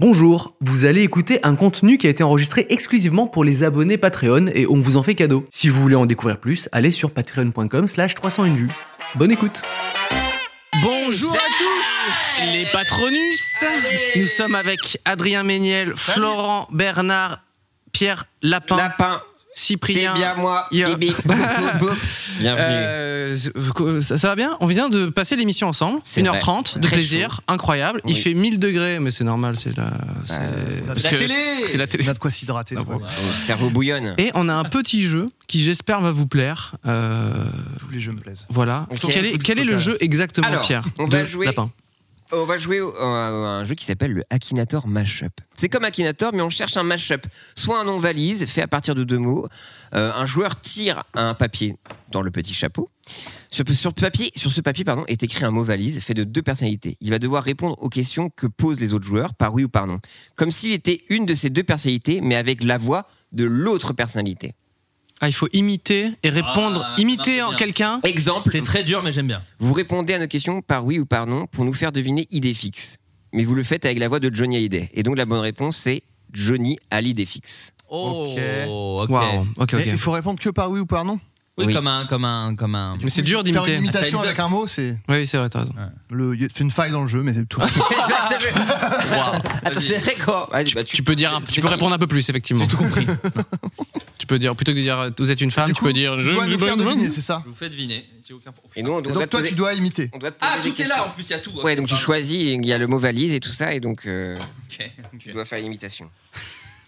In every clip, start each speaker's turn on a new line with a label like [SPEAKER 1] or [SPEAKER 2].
[SPEAKER 1] Bonjour, vous allez écouter un contenu qui a été enregistré exclusivement pour les abonnés Patreon et on vous en fait cadeau. Si vous voulez en découvrir plus, allez sur patreon.com slash 301 vues. Bonne écoute
[SPEAKER 2] Bonjour à tous les patronus. Nous sommes avec Adrien Méniel, Florent Bernard, Pierre Lapin,
[SPEAKER 3] Lapin. C'est
[SPEAKER 2] Cyprien.
[SPEAKER 3] bien moi.
[SPEAKER 2] Yo.
[SPEAKER 3] Bibi. Boum, boum, boum. Bienvenue.
[SPEAKER 2] Euh, ça, ça va bien On vient de passer l'émission ensemble,
[SPEAKER 3] C'est
[SPEAKER 2] 1h30
[SPEAKER 3] vrai.
[SPEAKER 2] de
[SPEAKER 3] Très
[SPEAKER 2] plaisir, incroyable. Il
[SPEAKER 3] Oui.
[SPEAKER 2] fait 1000 degrés, mais c'est normal, c'est la, c'est- parce
[SPEAKER 3] la
[SPEAKER 2] que
[SPEAKER 3] télé
[SPEAKER 2] c'est la télé.
[SPEAKER 4] Il a de quoi s'hydrater. euh,
[SPEAKER 2] Ah
[SPEAKER 4] toi.
[SPEAKER 2] bon.
[SPEAKER 3] Mon cerveau bouillonne.
[SPEAKER 2] Et on a un petit jeu qui j'espère va vous plaire. Euh,
[SPEAKER 4] Tous les jeux me plaisent.
[SPEAKER 2] voilà.
[SPEAKER 3] Ok.
[SPEAKER 2] Quel est, quel est le jeu exactement,
[SPEAKER 3] Alors,
[SPEAKER 2] Pierre
[SPEAKER 3] on
[SPEAKER 2] de
[SPEAKER 3] va jouer-
[SPEAKER 2] Lapin.
[SPEAKER 3] On va jouer au- à un jeu qui s'appelle le Akinator Mashup. C'est comme Akinator, mais on cherche un mashup. Soit un nom valise fait à partir de deux mots. Euh, un joueur tire un papier dans le petit chapeau. Sur, sur, papier, sur ce papier pardon, est écrit un mot valise fait de deux personnalités. Il va devoir répondre aux questions que posent les autres joueurs par oui ou par non. Comme s'il était une de ces deux personnalités, mais avec la voix de l'autre personnalité.
[SPEAKER 2] Ah, il faut imiter et répondre.
[SPEAKER 5] Ah,
[SPEAKER 2] imiter
[SPEAKER 5] marche bien.
[SPEAKER 2] quelqu'un.
[SPEAKER 3] Exemple,
[SPEAKER 5] C'est très dur, mais j'aime bien.
[SPEAKER 3] Vous répondez à nos questions par oui ou par non pour nous faire deviner idée fixe. Mais vous le faites avec la voix de Johnny Hallyday. Et donc la bonne réponse, c'est Johnny Hallyday fixe.
[SPEAKER 5] Oh, ok.
[SPEAKER 2] Waouh. Ok,
[SPEAKER 4] Mais
[SPEAKER 2] ok.
[SPEAKER 4] il faut répondre que par oui ou par non.
[SPEAKER 5] Oui,
[SPEAKER 3] Oui.
[SPEAKER 5] comme un, comme un, comme un.
[SPEAKER 2] Mais c'est dur
[SPEAKER 4] Faire
[SPEAKER 2] d'imiter.
[SPEAKER 4] une imitation
[SPEAKER 5] Ah, t'as
[SPEAKER 4] avec un mot, c'est
[SPEAKER 2] Oui, c'est vrai, t'as raison.
[SPEAKER 4] le- y a- c'est une faille dans le jeu, mais c'est tout.
[SPEAKER 2] Ah,
[SPEAKER 5] Ah,
[SPEAKER 3] Attends, c'est vrai quoi Vas-y, bah, tu-
[SPEAKER 2] Tu peux dire, un- tu peux répondre un peu plus, effectivement. J'ai tout compris. tu peux dire, plutôt que de dire euh, vous êtes une femme,
[SPEAKER 4] Du
[SPEAKER 2] tu
[SPEAKER 4] coup,
[SPEAKER 2] peux dire
[SPEAKER 4] tu dois nous faire deviner, c'est ça.
[SPEAKER 5] Je vous fais deviner. J'ai aucun
[SPEAKER 3] Et nous, on doit, on
[SPEAKER 4] Et
[SPEAKER 3] doit
[SPEAKER 4] donc
[SPEAKER 3] te
[SPEAKER 4] toi,
[SPEAKER 3] poser-
[SPEAKER 4] tu dois imiter.
[SPEAKER 3] on doit te poser
[SPEAKER 5] Ah,
[SPEAKER 3] des
[SPEAKER 5] tout est
[SPEAKER 3] questions.
[SPEAKER 5] là en plus, il y a tout.
[SPEAKER 3] Ouais, donc tu
[SPEAKER 5] Pardon.
[SPEAKER 3] choisis, il y a le mot valise et tout ça, et donc euh,
[SPEAKER 5] Ok, ok.
[SPEAKER 3] tu dois faire l'imitation.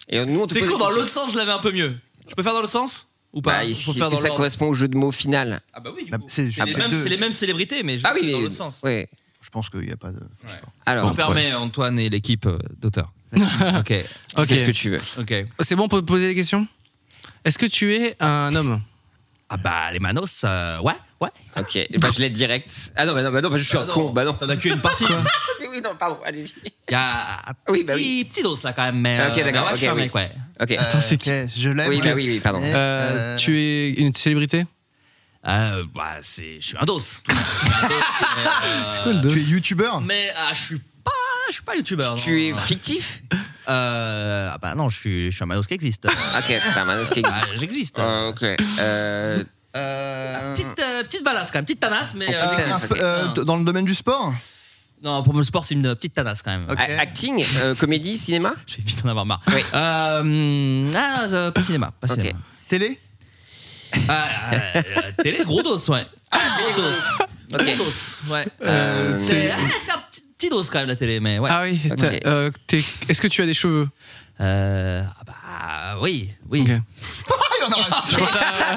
[SPEAKER 3] Et nous, on te
[SPEAKER 5] C'est
[SPEAKER 3] pose
[SPEAKER 5] con,
[SPEAKER 3] des
[SPEAKER 5] dans
[SPEAKER 3] questions.
[SPEAKER 5] l'autre sens, hein. je l'avais un peu mieux. Je peux faire dans l'autre sens Ou pas
[SPEAKER 3] Bah,
[SPEAKER 5] Je
[SPEAKER 3] ici,
[SPEAKER 5] peux
[SPEAKER 3] est-ce
[SPEAKER 5] faire
[SPEAKER 3] que
[SPEAKER 5] dans
[SPEAKER 3] ça
[SPEAKER 5] l'ordre.
[SPEAKER 3] correspond au jeu de mots final
[SPEAKER 5] Ah, bah oui, du
[SPEAKER 4] Bah,
[SPEAKER 5] coup.
[SPEAKER 4] c'est-
[SPEAKER 5] C'est les,
[SPEAKER 4] c'est
[SPEAKER 5] mêmes-
[SPEAKER 4] deux.
[SPEAKER 5] c'est les mêmes célébrités, mais je
[SPEAKER 3] Ah
[SPEAKER 5] fais
[SPEAKER 3] oui,
[SPEAKER 5] dans
[SPEAKER 3] mais-
[SPEAKER 5] l'autre sens.
[SPEAKER 3] Ouais.
[SPEAKER 4] Je pense qu'il n'y a pas de. je sais
[SPEAKER 5] Ouais.
[SPEAKER 4] pas.
[SPEAKER 5] On
[SPEAKER 3] Alors,
[SPEAKER 5] permet Antoine et l'équipe euh, d'auteurs. ok,
[SPEAKER 2] Ok.
[SPEAKER 3] qu'est-ce que tu veux
[SPEAKER 5] ok.
[SPEAKER 2] C'est bon, on peut poser des questions Est-ce que tu es un homme
[SPEAKER 5] Ah, bah, les Manos, euh, ouais, ouais.
[SPEAKER 3] Ok, bah, je l'ai direct. Ah non, bah non, bah non, bah, je suis
[SPEAKER 5] Bah
[SPEAKER 3] un
[SPEAKER 5] non,
[SPEAKER 3] con, bah non.
[SPEAKER 5] T'en as qu'une partie. quoi.
[SPEAKER 3] Oui, non, pardon, allez-y.
[SPEAKER 5] Il y a un
[SPEAKER 3] Oui, bah
[SPEAKER 5] petit, petit dos là quand même. Mais,
[SPEAKER 3] Ok,
[SPEAKER 5] euh,
[SPEAKER 3] d'accord,
[SPEAKER 5] mais ouais, je
[SPEAKER 3] ok,
[SPEAKER 5] suis un
[SPEAKER 3] oui.
[SPEAKER 5] mec, ouais.
[SPEAKER 3] Ok.
[SPEAKER 4] Euh, ok, je l'aime.
[SPEAKER 3] oui,
[SPEAKER 4] je-
[SPEAKER 3] bah oui, oui, pardon.
[SPEAKER 4] Eh,
[SPEAKER 2] Euh,
[SPEAKER 4] euh,
[SPEAKER 2] Tu es une célébrité
[SPEAKER 5] Euh, bah, c'est, je suis un dos. tout.
[SPEAKER 2] C'est quoi le
[SPEAKER 4] Euh, Tu es youtubeur
[SPEAKER 5] Mais ah, je suis pas, je suis pas youtubeur. non.
[SPEAKER 3] Tu es fictif
[SPEAKER 5] Euh, ah bah non, je suis, je suis un manos qui existe.
[SPEAKER 3] Ok, c'est un manus qui
[SPEAKER 5] Ah,
[SPEAKER 3] existe.
[SPEAKER 5] J'existe.
[SPEAKER 3] Euh, ok. Euh, Ah,
[SPEAKER 4] Euh,
[SPEAKER 5] Petite, euh, petite balasse quand même, petite tanasse, mais.
[SPEAKER 3] Euh,
[SPEAKER 5] euh,
[SPEAKER 3] putain.
[SPEAKER 4] un peu- euh, d- Dans le domaine du sport
[SPEAKER 5] non, pour le sport, c'est une euh, petite tanasse quand même.
[SPEAKER 4] Ok.
[SPEAKER 3] a- Acting, euh, comédie, cinéma
[SPEAKER 5] Je vais vite en avoir marre.
[SPEAKER 3] Oui.
[SPEAKER 5] Euh, hum, ah, non, ça- pas cinéma, pas
[SPEAKER 3] Ok.
[SPEAKER 5] cinéma.
[SPEAKER 4] Télé
[SPEAKER 5] Ah, euh, euh, télé, gros dos, ouais. Ah, gros dos.
[SPEAKER 3] Ok.
[SPEAKER 5] Gros dos, ouais. c'est ah, c'est un petit, petit dos quand même la télé, mais ouais.
[SPEAKER 2] Ah oui. t'as-
[SPEAKER 3] Ok.
[SPEAKER 2] euh, t'es- Est-ce que tu as des cheveux
[SPEAKER 5] Euh, ah bah oui, oui.
[SPEAKER 2] Ok.
[SPEAKER 4] Il en a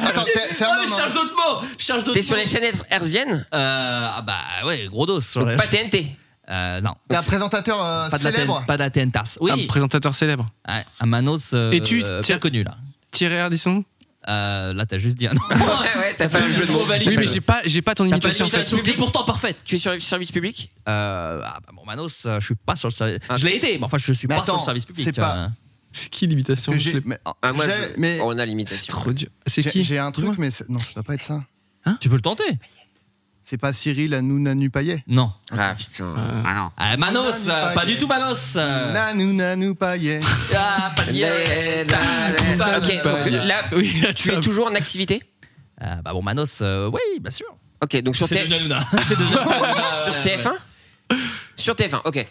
[SPEAKER 4] Attends, t'es- c'est
[SPEAKER 3] Oh,
[SPEAKER 5] Ah,
[SPEAKER 4] un homme.
[SPEAKER 5] mais je cherche
[SPEAKER 4] hein.
[SPEAKER 5] d'autres mots. Je cherche d'autres
[SPEAKER 3] T'es sur
[SPEAKER 5] mots.
[SPEAKER 3] les chaînes herziennes
[SPEAKER 5] Euh, ah bah ouais, gros dos sur les-
[SPEAKER 3] Pas TNT.
[SPEAKER 5] Euh, non.
[SPEAKER 4] T'es un présentateur euh,
[SPEAKER 5] Pas de la
[SPEAKER 4] célèbre
[SPEAKER 5] TN pas de la TNTAS.
[SPEAKER 2] Un
[SPEAKER 5] Oui.
[SPEAKER 2] présentateur célèbre.
[SPEAKER 5] Ouais, un Manos. euh,
[SPEAKER 2] Ah, Et tu-
[SPEAKER 5] euh,
[SPEAKER 2] tiens-
[SPEAKER 5] bien connu là.
[SPEAKER 2] Thierry Ardisson
[SPEAKER 5] Euh, là, t'as juste dit un nom. bah,
[SPEAKER 3] Ouais, ouais, t'as fait un jeu de mots.
[SPEAKER 2] Oui, mais j'ai pas, j'ai pas ton
[SPEAKER 5] T'as
[SPEAKER 2] imitation.
[SPEAKER 5] une
[SPEAKER 3] sur
[SPEAKER 5] imitation
[SPEAKER 3] cette
[SPEAKER 5] qui est
[SPEAKER 3] publique.
[SPEAKER 5] pourtant parfaite.
[SPEAKER 3] Tu es sur le service public
[SPEAKER 5] Euh, ah bah, bon, Manos, euh, je suis pas sur le service. Je l'ai été, mais enfin, je suis
[SPEAKER 4] Mais
[SPEAKER 5] pas sur
[SPEAKER 4] attends,
[SPEAKER 5] le service public.
[SPEAKER 4] c'est pas-
[SPEAKER 5] euh.
[SPEAKER 2] C'est qui l'imitation
[SPEAKER 4] que
[SPEAKER 2] Je
[SPEAKER 4] j'ai.
[SPEAKER 2] l'ai-
[SPEAKER 4] Mais,
[SPEAKER 3] Ah, moi,
[SPEAKER 4] j'ai-
[SPEAKER 3] je-
[SPEAKER 4] mais
[SPEAKER 3] on a
[SPEAKER 2] C'est
[SPEAKER 3] l'imitation.
[SPEAKER 2] trop dur. C'est
[SPEAKER 4] j'ai-
[SPEAKER 2] qui
[SPEAKER 4] j'ai un truc,
[SPEAKER 2] Dis-moi.
[SPEAKER 4] mais c'est- non, ça doit pas être ça.
[SPEAKER 5] tu peux le tenter
[SPEAKER 4] C'est pas Cyril Hanouna Nupayet
[SPEAKER 5] Non.
[SPEAKER 3] Ah putain. Ah non.
[SPEAKER 5] Euh, Manos,
[SPEAKER 4] Nanou
[SPEAKER 5] euh, pas
[SPEAKER 4] Paillet.
[SPEAKER 5] du tout Manos. euh.
[SPEAKER 4] Hanouna Nupayet.
[SPEAKER 5] Ah, pas de lien.
[SPEAKER 3] Bah, Ok, donc
[SPEAKER 2] Bah,
[SPEAKER 3] là,
[SPEAKER 2] Oui, là,
[SPEAKER 3] tu
[SPEAKER 2] ça-
[SPEAKER 3] es toujours en activité
[SPEAKER 5] Euh, Bah bon, Manos, euh, oui, bien sûr.
[SPEAKER 3] Ok, donc sur,
[SPEAKER 5] C'est
[SPEAKER 3] T-
[SPEAKER 5] devenu Hanouna. C'est devenu
[SPEAKER 3] sur TF1 Sur TF1, ok.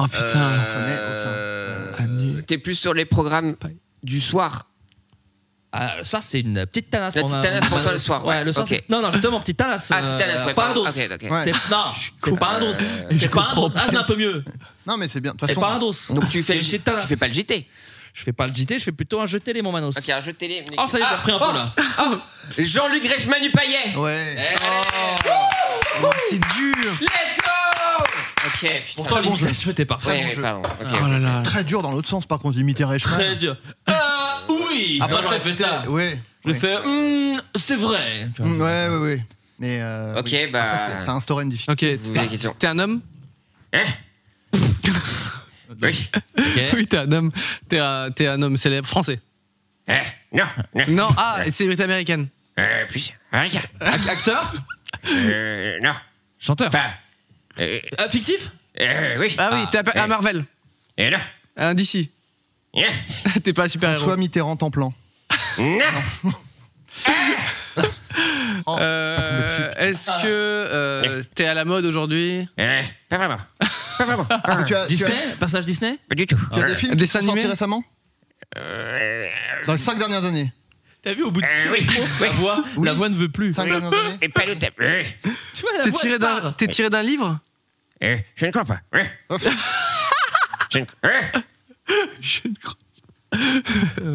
[SPEAKER 2] Oh putain.
[SPEAKER 3] Euh,
[SPEAKER 2] aucun. Euh,
[SPEAKER 3] T'es plus sur les programmes du soir
[SPEAKER 5] Ah, ça, c'est une petite tanasse
[SPEAKER 3] La
[SPEAKER 5] pour
[SPEAKER 3] petite
[SPEAKER 5] ma-
[SPEAKER 3] tanasse pour
[SPEAKER 5] ma-
[SPEAKER 3] toi le soir,
[SPEAKER 5] Ouais,
[SPEAKER 3] ouais,
[SPEAKER 5] le soir.
[SPEAKER 3] ok.
[SPEAKER 5] c'est- Non, non, justement, petite tanasse.
[SPEAKER 3] Ah, petite tanasse,
[SPEAKER 5] euh,
[SPEAKER 3] ouais,
[SPEAKER 5] Pas un
[SPEAKER 3] pardon,
[SPEAKER 5] dos.
[SPEAKER 3] ok, ok. Ah,
[SPEAKER 4] Ouais.
[SPEAKER 5] C'est- Non, c'est pas un dos.
[SPEAKER 3] Euh,
[SPEAKER 5] C'est pas un dos. Ah, c'est un peu mieux.
[SPEAKER 4] Non, mais c'est bien. De toute
[SPEAKER 5] C'est
[SPEAKER 4] façon,
[SPEAKER 5] pas un dos.
[SPEAKER 3] Donc tu fais, le,
[SPEAKER 5] Une
[SPEAKER 3] J-
[SPEAKER 5] petite
[SPEAKER 3] tu
[SPEAKER 5] tanasse.
[SPEAKER 3] fais pas le JT
[SPEAKER 5] Je fais pas le JT, je fais plutôt un jeu télé, mon Manos.
[SPEAKER 3] Ok, Ah, un jeu de télé. oh,
[SPEAKER 5] Oh, ça y est, j'ai repris un peu là.
[SPEAKER 3] Jean-Luc Eh,
[SPEAKER 5] Eh.
[SPEAKER 3] Reichmann du Payet Oh.
[SPEAKER 4] Ouais.
[SPEAKER 3] Allez,
[SPEAKER 2] C'est dur.
[SPEAKER 3] Let's go Ok, putain.
[SPEAKER 5] Pourtant,
[SPEAKER 4] Très bon
[SPEAKER 5] l'imitation était parfaite.
[SPEAKER 3] Ouais,
[SPEAKER 4] jeu.
[SPEAKER 3] pardon. ok.
[SPEAKER 2] Oh là là.
[SPEAKER 4] Très dur dans l'autre sens, par contre, imiter
[SPEAKER 5] Très
[SPEAKER 4] Reichmann.
[SPEAKER 5] dur. Ah oui
[SPEAKER 4] Après,
[SPEAKER 5] Non, j'aurais
[SPEAKER 4] peut-être
[SPEAKER 5] fait
[SPEAKER 4] c'était-
[SPEAKER 5] ça.
[SPEAKER 4] Ouais.
[SPEAKER 5] J'ai
[SPEAKER 4] ouais.
[SPEAKER 5] fait, hum, c'est vrai. Tu vois.
[SPEAKER 4] Mm, Ouais, ouais, ouais. Mais. euh,
[SPEAKER 3] Ok,
[SPEAKER 4] oui.
[SPEAKER 3] bah-
[SPEAKER 4] Après, c'est- ça instaurait une
[SPEAKER 2] Ok,
[SPEAKER 4] difficulté.
[SPEAKER 2] t'es
[SPEAKER 3] Vous avez des questions
[SPEAKER 2] t'es un homme
[SPEAKER 3] Hein Oui.
[SPEAKER 5] Ok.
[SPEAKER 2] Oui, t'es un homme. T'es un, t'es un homme célèbre français.
[SPEAKER 3] Hein Non. Non.
[SPEAKER 2] Non, ah, et célébrité américaine.
[SPEAKER 3] Euh, puis, regarde.
[SPEAKER 5] Ac- Acteur
[SPEAKER 3] Euh, non.
[SPEAKER 5] Chanteur
[SPEAKER 3] Enfin. Euh,
[SPEAKER 5] Ah, Fictif
[SPEAKER 3] euh, oui.
[SPEAKER 2] Ah oui, t'es à, à
[SPEAKER 3] euh,
[SPEAKER 2] Marvel,
[SPEAKER 3] euh, non.
[SPEAKER 2] un DC.
[SPEAKER 3] Hein
[SPEAKER 2] t'es pas un super héros.
[SPEAKER 4] Soit Mitterrand en plan.
[SPEAKER 3] Non.
[SPEAKER 4] Oh,
[SPEAKER 2] Euh, Est-ce que euh, t'es à la mode aujourd'hui
[SPEAKER 3] Euh, pas vraiment. Pas vraiment. Pas vraiment.
[SPEAKER 4] Ah. tu as, tu as-
[SPEAKER 5] Disney Personnage Disney
[SPEAKER 3] Pas du tout.
[SPEAKER 4] tu as des films qui
[SPEAKER 2] Dessin
[SPEAKER 4] sont sortis
[SPEAKER 2] animé
[SPEAKER 4] récemment
[SPEAKER 3] Euh,
[SPEAKER 4] Dans les 5 dernières années.
[SPEAKER 5] T'as vu au bout de
[SPEAKER 3] Euh, oui.
[SPEAKER 5] réponses, la voix, la voix ne veut plus.
[SPEAKER 4] 5 dernières années
[SPEAKER 3] et pas de thème. Euh,
[SPEAKER 5] Tu vois, la
[SPEAKER 2] T'es
[SPEAKER 5] voix
[SPEAKER 2] tiré
[SPEAKER 5] part.
[SPEAKER 2] d'un, t'es tiré d'un livre
[SPEAKER 3] euh, je ne crois pas. Euh, je ne euh,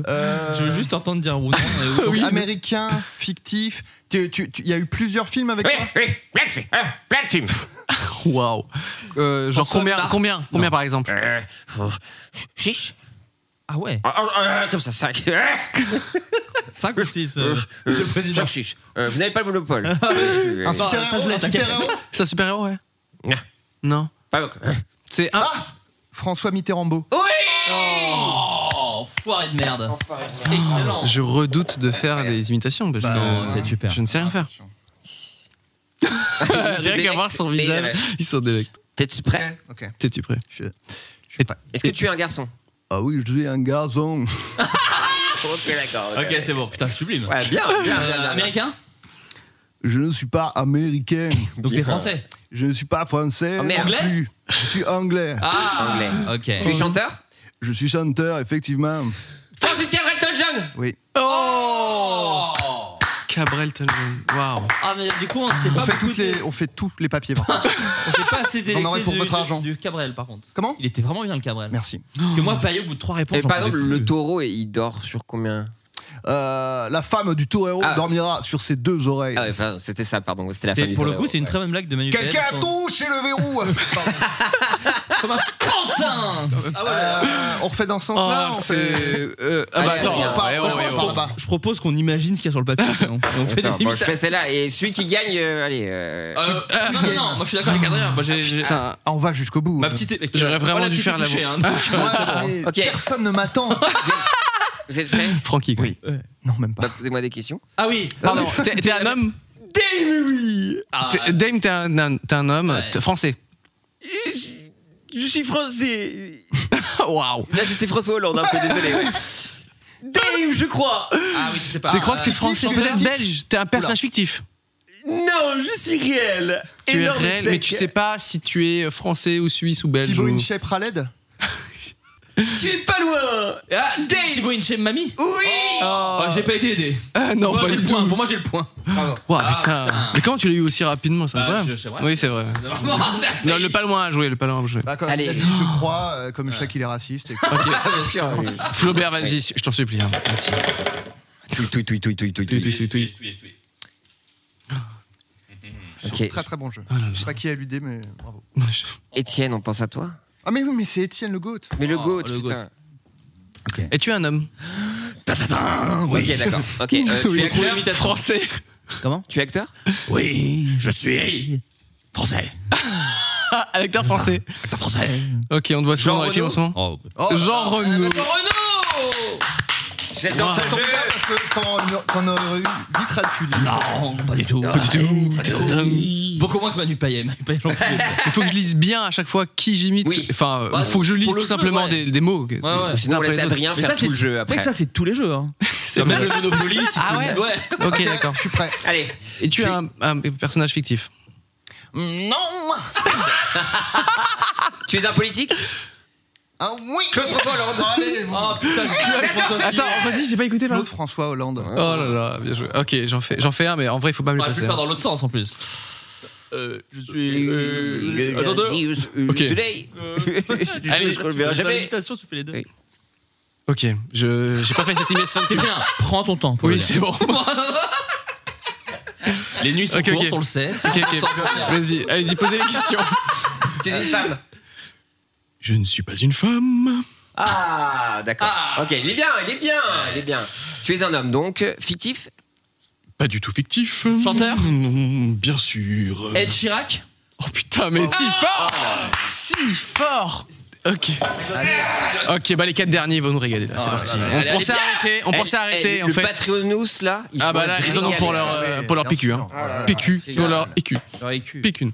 [SPEAKER 4] Euh,
[SPEAKER 5] Je veux juste entendre dire oui. non, et
[SPEAKER 4] donc
[SPEAKER 5] oui.
[SPEAKER 4] américain, fictif. Tu- tu- tu- Il y a eu plusieurs films avec
[SPEAKER 3] Oui,
[SPEAKER 4] toi
[SPEAKER 3] oui, plein de films. euh, plein de films.
[SPEAKER 2] Waouh. Euh, Genre
[SPEAKER 5] François
[SPEAKER 2] combien,
[SPEAKER 5] Barthes.
[SPEAKER 2] combien, combien par exemple
[SPEAKER 3] Euh, pff, six.
[SPEAKER 5] Ah ouais
[SPEAKER 3] Oh, oh, euh, comme ça, cinq. Euh,
[SPEAKER 5] 5 ou 6
[SPEAKER 3] euh, genre six. Euh, vous n'avez pas le monopole.
[SPEAKER 5] Ah,
[SPEAKER 4] Un
[SPEAKER 3] Euh,
[SPEAKER 5] Non, Bah, ça, je
[SPEAKER 4] super-héros
[SPEAKER 5] l'ai,
[SPEAKER 4] un
[SPEAKER 5] t'inquiète.
[SPEAKER 4] super-héros
[SPEAKER 2] C'est un super héros, ouais.
[SPEAKER 3] non,
[SPEAKER 2] Non.
[SPEAKER 3] pas beaucoup. Euh,
[SPEAKER 2] C'est un.
[SPEAKER 4] Ah François Mitterrand.
[SPEAKER 3] Oh.
[SPEAKER 5] Oh, foiré de merde. Excellent.
[SPEAKER 2] Je redoute de faire des imitations. parce que
[SPEAKER 4] Bah,
[SPEAKER 5] c'est super.
[SPEAKER 2] Je ne sais rien faire. Rien qu'à
[SPEAKER 3] délecte,
[SPEAKER 2] voir son
[SPEAKER 3] il se
[SPEAKER 2] visage,
[SPEAKER 3] délecte.
[SPEAKER 2] ils sont délectes.
[SPEAKER 3] T'es-tu prêt
[SPEAKER 4] Ok,
[SPEAKER 2] T'es-tu prêt
[SPEAKER 4] je, je suis pas.
[SPEAKER 3] Est-ce que tu es un garçon
[SPEAKER 4] Ah oui, je dis un gazon.
[SPEAKER 3] Ok, d'accord.
[SPEAKER 5] Ok, c'est bon. Putain, sublime.
[SPEAKER 3] Ouais, bien, bien, bien,
[SPEAKER 5] Euh,
[SPEAKER 3] bien, bien.
[SPEAKER 5] américain
[SPEAKER 4] Je ne suis pas américain.
[SPEAKER 5] Donc t'es français.
[SPEAKER 4] Je ne suis pas français.
[SPEAKER 3] Ah, merde.
[SPEAKER 4] non plus. Je suis anglais.
[SPEAKER 5] Ah
[SPEAKER 3] Anglais.
[SPEAKER 5] Ok.
[SPEAKER 3] Tu es chanteur
[SPEAKER 4] Je suis chanteur, effectivement.
[SPEAKER 3] Francis Cabrel John
[SPEAKER 4] Oui.
[SPEAKER 5] Oh
[SPEAKER 2] Cabrel Tonjon. Waouh.
[SPEAKER 5] Ah, mais du coup, on ne sait pas
[SPEAKER 4] On fait,
[SPEAKER 5] beaucoup
[SPEAKER 4] toutes les, on fait tous les papiers. par contre.
[SPEAKER 5] On sait pas assez
[SPEAKER 4] On en aurait
[SPEAKER 5] délecté
[SPEAKER 4] pour
[SPEAKER 5] du,
[SPEAKER 4] votre
[SPEAKER 5] du-
[SPEAKER 4] argent.
[SPEAKER 5] du Cabrel, par contre.
[SPEAKER 4] Comment
[SPEAKER 5] Il était vraiment bien, le Cabrel.
[SPEAKER 4] Merci.
[SPEAKER 5] Que moi, Payet, au bout de 3 réponses.
[SPEAKER 3] Et
[SPEAKER 5] j'en
[SPEAKER 3] par
[SPEAKER 5] pouvais
[SPEAKER 3] exemple,
[SPEAKER 5] plus.
[SPEAKER 3] le taureau, il dort sur combien
[SPEAKER 4] Euh, la femme du torero
[SPEAKER 3] Ah.
[SPEAKER 4] dormira sur ses deux oreilles.
[SPEAKER 3] Ah ouais, enfin, c'était ça, pardon. C'était la
[SPEAKER 5] C'est-
[SPEAKER 3] fin du
[SPEAKER 5] Pour le
[SPEAKER 3] taureau,
[SPEAKER 5] coup, c'est une
[SPEAKER 3] ouais.
[SPEAKER 5] très bonne blague de Manu Payet.
[SPEAKER 4] Quelqu'un a
[SPEAKER 5] Son-
[SPEAKER 4] touché le verrou Pardon.
[SPEAKER 5] Comme un pantin Ah ouais, Oh, ouais, ouais.
[SPEAKER 4] Euh, On refait dans ce sens-là
[SPEAKER 2] Ah,
[SPEAKER 4] on
[SPEAKER 2] c'est.
[SPEAKER 4] fait-
[SPEAKER 2] euh, ah bah
[SPEAKER 3] Allez,
[SPEAKER 2] attends.
[SPEAKER 3] on repart,
[SPEAKER 2] ouais,
[SPEAKER 4] on
[SPEAKER 2] ouais,
[SPEAKER 4] repart,
[SPEAKER 2] ouais,
[SPEAKER 4] on
[SPEAKER 2] ouais.
[SPEAKER 4] repart.
[SPEAKER 5] Je propose qu'on imagine ce qu'il y a sur le papier. sinon. Et on fait des
[SPEAKER 3] Attends, bon, je
[SPEAKER 5] imitations.
[SPEAKER 3] fais celle-là. Et celui qui gagne, euh, allez. euh,
[SPEAKER 5] Euh, non, non, non, moi je suis d'accord avec Adrien. Moi, j'ai- j'ai-
[SPEAKER 2] Putain,
[SPEAKER 4] Ah, on va jusqu'au bout.
[SPEAKER 5] Ma petite.
[SPEAKER 2] J'aurais vraiment
[SPEAKER 5] Moi, la
[SPEAKER 2] dû
[SPEAKER 5] petite
[SPEAKER 2] faire
[SPEAKER 5] est
[SPEAKER 2] la
[SPEAKER 5] couchée,
[SPEAKER 2] voix.
[SPEAKER 5] hein, donc, euh,
[SPEAKER 4] Ouais, mais
[SPEAKER 3] Ok.
[SPEAKER 4] Personne ne m'attend.
[SPEAKER 3] Vous êtes prêts
[SPEAKER 2] Francky, quoi.
[SPEAKER 4] Oui. Non, même pas.
[SPEAKER 3] bah, Posez-moi des questions.
[SPEAKER 5] Ah oui.
[SPEAKER 2] Pardon, t'es t'es un homme Ah. Dame, oui Dame, t'es un, un- t'es un homme
[SPEAKER 5] Ouais.
[SPEAKER 2] t'es français.
[SPEAKER 3] Je suis français.
[SPEAKER 2] Waouh
[SPEAKER 3] Là, j'étais François Hollande, un peu désolé. ouais.
[SPEAKER 5] Dave, je crois. Ah oui, je sais pas.
[SPEAKER 2] T'es crois que t'es
[SPEAKER 4] fictif,
[SPEAKER 2] français,
[SPEAKER 4] fictif.
[SPEAKER 2] peut-être belge T'es un personnage fictif.
[SPEAKER 3] Non, je suis réel.
[SPEAKER 2] Tu es
[SPEAKER 3] Énorme
[SPEAKER 2] réel,
[SPEAKER 3] sec.
[SPEAKER 2] mais tu sais pas si tu es français ou suisse ou belge.
[SPEAKER 4] Thibaut
[SPEAKER 2] ou-
[SPEAKER 4] Inchep Raled
[SPEAKER 3] Tu es pas loin.
[SPEAKER 5] Ah, Dave Thibaut Inchep, mamie
[SPEAKER 3] Oui.
[SPEAKER 5] Oh, j'ai pas été aidé.
[SPEAKER 2] Ah, non,
[SPEAKER 5] Moi,
[SPEAKER 2] pas
[SPEAKER 5] j'ai
[SPEAKER 2] du
[SPEAKER 5] le
[SPEAKER 2] tout.
[SPEAKER 5] point. Pour moi, j'ai le point.
[SPEAKER 2] Waouh,
[SPEAKER 5] Ah,
[SPEAKER 2] putain.
[SPEAKER 5] putain.
[SPEAKER 2] Mais comment tu l'as eu aussi rapidement C'est
[SPEAKER 5] Bah,
[SPEAKER 2] incroyable.
[SPEAKER 5] je- c'est vrai.
[SPEAKER 2] Oui, c'est vrai.
[SPEAKER 5] Ah Non, non, c'est assez.
[SPEAKER 2] Non, le pas loin à jouer, le pas loin à jouer.
[SPEAKER 4] Bah, comme
[SPEAKER 3] Allez.
[SPEAKER 4] il a dit, je crois, euh, comme je sais qu'il est raciste. et que-
[SPEAKER 3] Ah, bien sûr. oui.
[SPEAKER 2] Flaubert, vas-y, je t'en supplie. hein. Petit.
[SPEAKER 3] Tout, tout, tout, tout, tout,
[SPEAKER 2] Tout,
[SPEAKER 3] tout, tout.
[SPEAKER 2] tout, tout, tout.
[SPEAKER 3] Ok.
[SPEAKER 4] Très très bon jeu.
[SPEAKER 2] Ah là là.
[SPEAKER 4] Je sais pas qui a l'idée, mais bravo.
[SPEAKER 3] Étienne, on pense à toi.
[SPEAKER 4] Ah, mais oui, mais c'est Étienne Le Goat.
[SPEAKER 3] Mais le
[SPEAKER 5] Oh,
[SPEAKER 3] goat,
[SPEAKER 5] le
[SPEAKER 3] putain.
[SPEAKER 2] Et tu es un homme
[SPEAKER 3] Ok, d'accord. Ah Ok. euh, tu, es acteur
[SPEAKER 2] français.
[SPEAKER 5] Comment
[SPEAKER 3] tu es acteur
[SPEAKER 5] Oui, je suis français.
[SPEAKER 2] Ah, un acteur français.
[SPEAKER 5] Acteur français.
[SPEAKER 2] Ok, on te voit souvent dans
[SPEAKER 3] Ah. Jean Ah,
[SPEAKER 2] les films en ce moment.
[SPEAKER 5] Oh.
[SPEAKER 4] Oh,
[SPEAKER 2] Jean Reno.
[SPEAKER 5] Renaud
[SPEAKER 3] J'adore
[SPEAKER 4] Ça
[SPEAKER 3] ce
[SPEAKER 4] tombe
[SPEAKER 3] jeu.
[SPEAKER 4] bien parce que t'en- t'en aurais eu vite ralculé.
[SPEAKER 5] Non, Ah, pas du tout. Pas du
[SPEAKER 3] Ah,
[SPEAKER 5] tout. Beaucoup moins que Manu Payet. Manu Payet, j'en pouvais plus.
[SPEAKER 2] Il faut que je lise bien à chaque fois qui j'imite.
[SPEAKER 3] Oui.
[SPEAKER 2] Enfin, il
[SPEAKER 5] Bah,
[SPEAKER 2] faut que je lise
[SPEAKER 5] pour
[SPEAKER 2] tout
[SPEAKER 5] le jeu,
[SPEAKER 2] simplement
[SPEAKER 5] ouais.
[SPEAKER 2] des, des mots. Ouais,
[SPEAKER 5] ouais.
[SPEAKER 3] Sinon, on laisse Adrien faire tout le jeu
[SPEAKER 5] Tu sais
[SPEAKER 3] après.
[SPEAKER 5] que ça, c'est tous les jeux. Hein. C'est même le Monopoly. c'est
[SPEAKER 2] Ah
[SPEAKER 5] tout.
[SPEAKER 2] ouais
[SPEAKER 5] Ouais.
[SPEAKER 2] Ok, d'accord.
[SPEAKER 4] Je suis prêt.
[SPEAKER 3] Allez.
[SPEAKER 2] Et tu es un, un personnage fictif.
[SPEAKER 4] Non
[SPEAKER 3] Tu es un politique
[SPEAKER 4] Ah oui
[SPEAKER 3] Claude François Hollande.
[SPEAKER 4] Allez,
[SPEAKER 2] Ah.
[SPEAKER 4] bon.
[SPEAKER 5] Oh putain, j'ai tué François.
[SPEAKER 2] Attends, on m'a dit, j'ai pas écouté là.
[SPEAKER 4] Claude François Hollande.
[SPEAKER 2] Oh là là, bien joué. Ok, j'en fais, j'en fais un, mais en vrai, il faut pas me
[SPEAKER 5] On
[SPEAKER 2] le
[SPEAKER 5] aurait
[SPEAKER 2] passer.
[SPEAKER 5] pu le faire dans l'autre sens en plus. Euh, je suis.
[SPEAKER 3] Le-
[SPEAKER 5] Euh,
[SPEAKER 3] le-
[SPEAKER 5] attends, attends.
[SPEAKER 3] le- le-
[SPEAKER 2] Ok.
[SPEAKER 3] Today. euh, Je-
[SPEAKER 5] Allez,
[SPEAKER 3] je le verrai
[SPEAKER 5] dans
[SPEAKER 3] jamais.
[SPEAKER 5] l'invitation, tu fais les deux.
[SPEAKER 3] Oui.
[SPEAKER 2] Ok, je, j'ai pas fait cette imitation.
[SPEAKER 5] C'est bien, prends ton temps. pour le
[SPEAKER 2] Oui,
[SPEAKER 5] dire.
[SPEAKER 2] c'est bon.
[SPEAKER 5] Les nuits sont
[SPEAKER 2] Ok, ok.
[SPEAKER 5] courtes, on le sait.
[SPEAKER 2] Ok, ok. Vas-y, allez-y, posez les questions.
[SPEAKER 3] Tu es une femme.
[SPEAKER 6] Je ne suis pas une femme.
[SPEAKER 3] Ah, d'accord. Ok, il est bien, il est bien, il est bien. Tu es un homme donc, fictif.
[SPEAKER 6] Pas du tout fictif.
[SPEAKER 5] Chanteur
[SPEAKER 6] Mm, Bien sûr.
[SPEAKER 5] Ed Chirac
[SPEAKER 6] Oh putain, mais si fort
[SPEAKER 2] Si fort
[SPEAKER 6] Ok.
[SPEAKER 2] Ok, bah les quatre derniers vont nous régaler là, c'est parti.
[SPEAKER 3] elle
[SPEAKER 2] on
[SPEAKER 3] est
[SPEAKER 2] pensait
[SPEAKER 3] bien.
[SPEAKER 2] arrêter, on pensait arrêter
[SPEAKER 3] Eh,
[SPEAKER 2] en
[SPEAKER 3] le
[SPEAKER 2] fait.
[SPEAKER 3] Patronus là. il
[SPEAKER 2] Ah
[SPEAKER 3] faut
[SPEAKER 2] bah là,
[SPEAKER 3] être
[SPEAKER 2] ils en ont
[SPEAKER 3] régalé.
[SPEAKER 2] pour leur, euh,
[SPEAKER 4] Ouais,
[SPEAKER 2] pour leur
[SPEAKER 4] bien
[SPEAKER 2] PQ.
[SPEAKER 4] sûr.
[SPEAKER 2] Hein.
[SPEAKER 4] Oh là là,
[SPEAKER 2] PQ,
[SPEAKER 3] c'est
[SPEAKER 2] pour
[SPEAKER 3] grave.
[SPEAKER 2] leur E EQ. PQ.